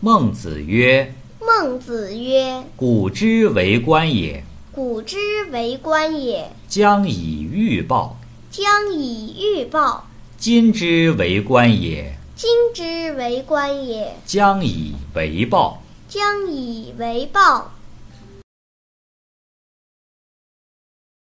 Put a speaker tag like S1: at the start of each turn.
S1: 孟子曰
S2: 孟子曰：“
S1: 古之为官也，：“
S2: 古之为官也，
S1: 将以御报；
S2: 将以御报；
S1: 今之为官也，
S2: 今之为官也，
S1: 将以为报。”
S2: 将以为报。”